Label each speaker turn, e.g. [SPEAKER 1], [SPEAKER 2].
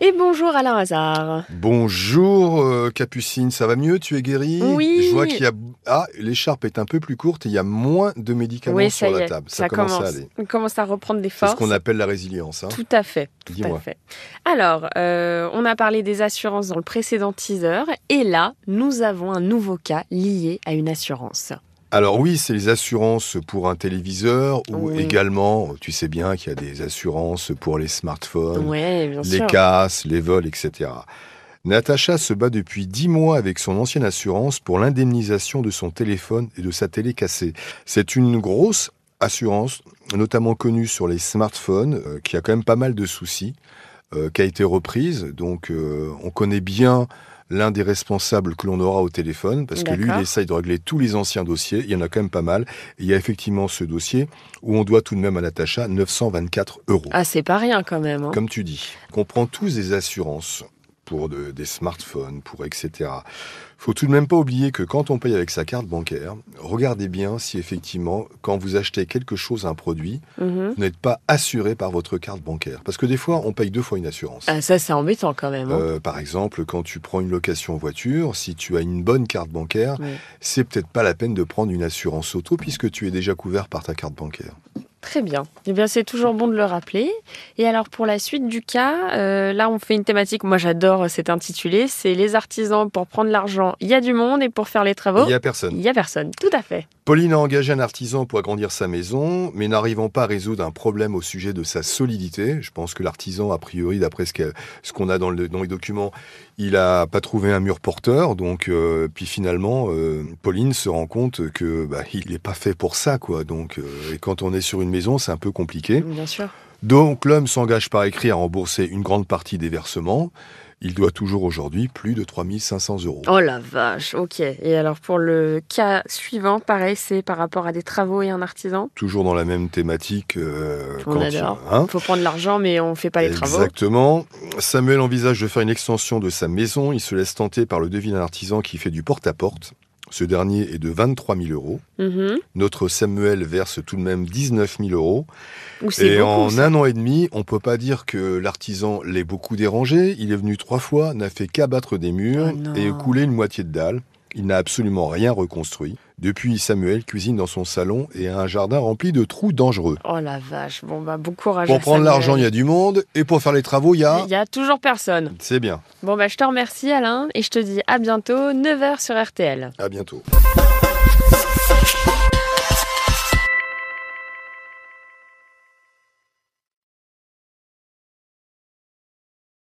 [SPEAKER 1] Et bonjour Alain Hazard.
[SPEAKER 2] Bonjour euh, Capucine, ça va mieux Tu es guérie
[SPEAKER 1] Oui.
[SPEAKER 2] Je vois qu'il y a ah l'écharpe est un peu plus courte et il y a moins de médicaments
[SPEAKER 1] oui, ça
[SPEAKER 2] sur
[SPEAKER 1] y
[SPEAKER 2] la
[SPEAKER 1] est,
[SPEAKER 2] table.
[SPEAKER 1] ça,
[SPEAKER 2] commence, à aller.
[SPEAKER 1] On commence à reprendre des
[SPEAKER 2] C'est
[SPEAKER 1] forces.
[SPEAKER 2] ce qu'on appelle la résilience. hein.
[SPEAKER 1] Tout à fait, tout à
[SPEAKER 2] Dis-moi.
[SPEAKER 1] fait. Alors, euh, on a parlé des assurances dans le précédent teaser, et là, nous avons un nouveau cas lié à une assurance.
[SPEAKER 2] Alors oui, c'est les assurances pour un téléviseur ou
[SPEAKER 1] Oui.
[SPEAKER 2] également, tu sais bien qu'il y a des assurances pour les smartphones,
[SPEAKER 1] Ouais, bien
[SPEAKER 2] Euh, les
[SPEAKER 1] sûr.
[SPEAKER 2] casses, les vols, etc. Natacha se bat depuis dix mois avec son ancienne assurance pour l'indemnisation de son téléphone et de sa télé cassée. C'est une grosse assurance, notamment connue sur les smartphones, euh, qui a quand même pas mal de soucis, euh, qui a été reprise. Donc euh, on connaît bien l'un des responsables que l'on aura au téléphone, parce que lui, il
[SPEAKER 1] D'accord.
[SPEAKER 2] essaye de régler tous les anciens dossiers. Il y en a quand même pas mal. Et il y a effectivement ce dossier où on doit tout de même à Natacha 924 euros
[SPEAKER 1] Ah, c'est pas rien quand même. hein.
[SPEAKER 2] comme tu dis, qu'on prend tous des assurances pour de- des smartphones, pour etc. Faut tout de même pas oublier que quand on paye avec sa carte bancaire, regardez bien si effectivement, quand vous achetez quelque chose, un produit,
[SPEAKER 1] Mhm.
[SPEAKER 2] vous n'êtes pas assuré par votre carte bancaire. Parce que des fois, on paye deux fois une assurance.
[SPEAKER 1] Ah, ça, c'est embêtant quand même. hein.
[SPEAKER 2] Euh, par exemple, quand tu prends une location voiture, si tu as une bonne carte bancaire,
[SPEAKER 1] Oui.
[SPEAKER 2] c'est peut-être pas la peine de prendre une assurance auto puisque tu es déjà couvert par ta carte bancaire.
[SPEAKER 1] Très bien. Eh bien, c'est toujours bon de le rappeler. Et alors, pour la suite du cas, euh, là, on fait une thématique, moi j'adore euh, cet intitulé, c'est les artisans pour prendre l'argent, il y a du monde, et pour faire les travaux,
[SPEAKER 2] Il y a personne.
[SPEAKER 1] il y a personne. Tout à fait.
[SPEAKER 2] Pauline a engagé un artisan pour agrandir sa maison, mais n'arrivant pas à résoudre un problème au sujet de sa solidité, je pense que l'artisan, a priori, d'après ce que- ce qu'on a dans, le- dans les documents, il a pas trouvé un mur porteur. Donc, euh, puis finalement, euh, Pauline se rend compte que bah, il n'est pas fait pour ça, quoi. Donc, euh, et quand on est sur une maison, c'est un peu compliqué.
[SPEAKER 1] Bien sûr.
[SPEAKER 2] Donc l'homme s'engage par écrit à rembourser une grande partie des versements. Il doit toujours aujourd'hui plus de 3500 euros.
[SPEAKER 1] Oh la vache, ok. Et alors pour le cas suivant, pareil, c'est par rapport à des travaux et un artisan.
[SPEAKER 2] Toujours dans la même thématique. euh,
[SPEAKER 1] On
[SPEAKER 2] quand-
[SPEAKER 1] adore.
[SPEAKER 2] hein.
[SPEAKER 1] Il faut prendre l'argent, mais on fait pas les travaux.
[SPEAKER 2] Exactement. Samuel envisage de faire une extension de sa maison. Il se laisse tenter par le devis d'un artisan qui fait du porte-à-porte. Ce dernier est de 23 000 euros.
[SPEAKER 1] Mhm.
[SPEAKER 2] Notre Samuel verse tout de même 19 000 euros.
[SPEAKER 1] Ou c'est
[SPEAKER 2] Et
[SPEAKER 1] beaucoup.
[SPEAKER 2] en
[SPEAKER 1] ça.
[SPEAKER 2] un an et demi, on peut pas dire que l'artisan l'ait beaucoup dérangé. Il est venu trois fois, n'a fait qu'abattre des murs
[SPEAKER 1] Oh non.
[SPEAKER 2] et couler une moitié de dalle. Il n'a absolument rien reconstruit. Depuis, Samuel cuisine dans son salon et a un jardin rempli de trous dangereux.
[SPEAKER 1] Oh la vache, bon bah bon courage.
[SPEAKER 2] Pour
[SPEAKER 1] à
[SPEAKER 2] prendre
[SPEAKER 1] Samuel.
[SPEAKER 2] l'argent, il y a du monde. Et pour faire les travaux, il y a...
[SPEAKER 1] Il y a toujours personne.
[SPEAKER 2] C'est bien.
[SPEAKER 1] Bon bah je te remercie Alain et je te dis à bientôt, 9h sur RTL.
[SPEAKER 2] À bientôt.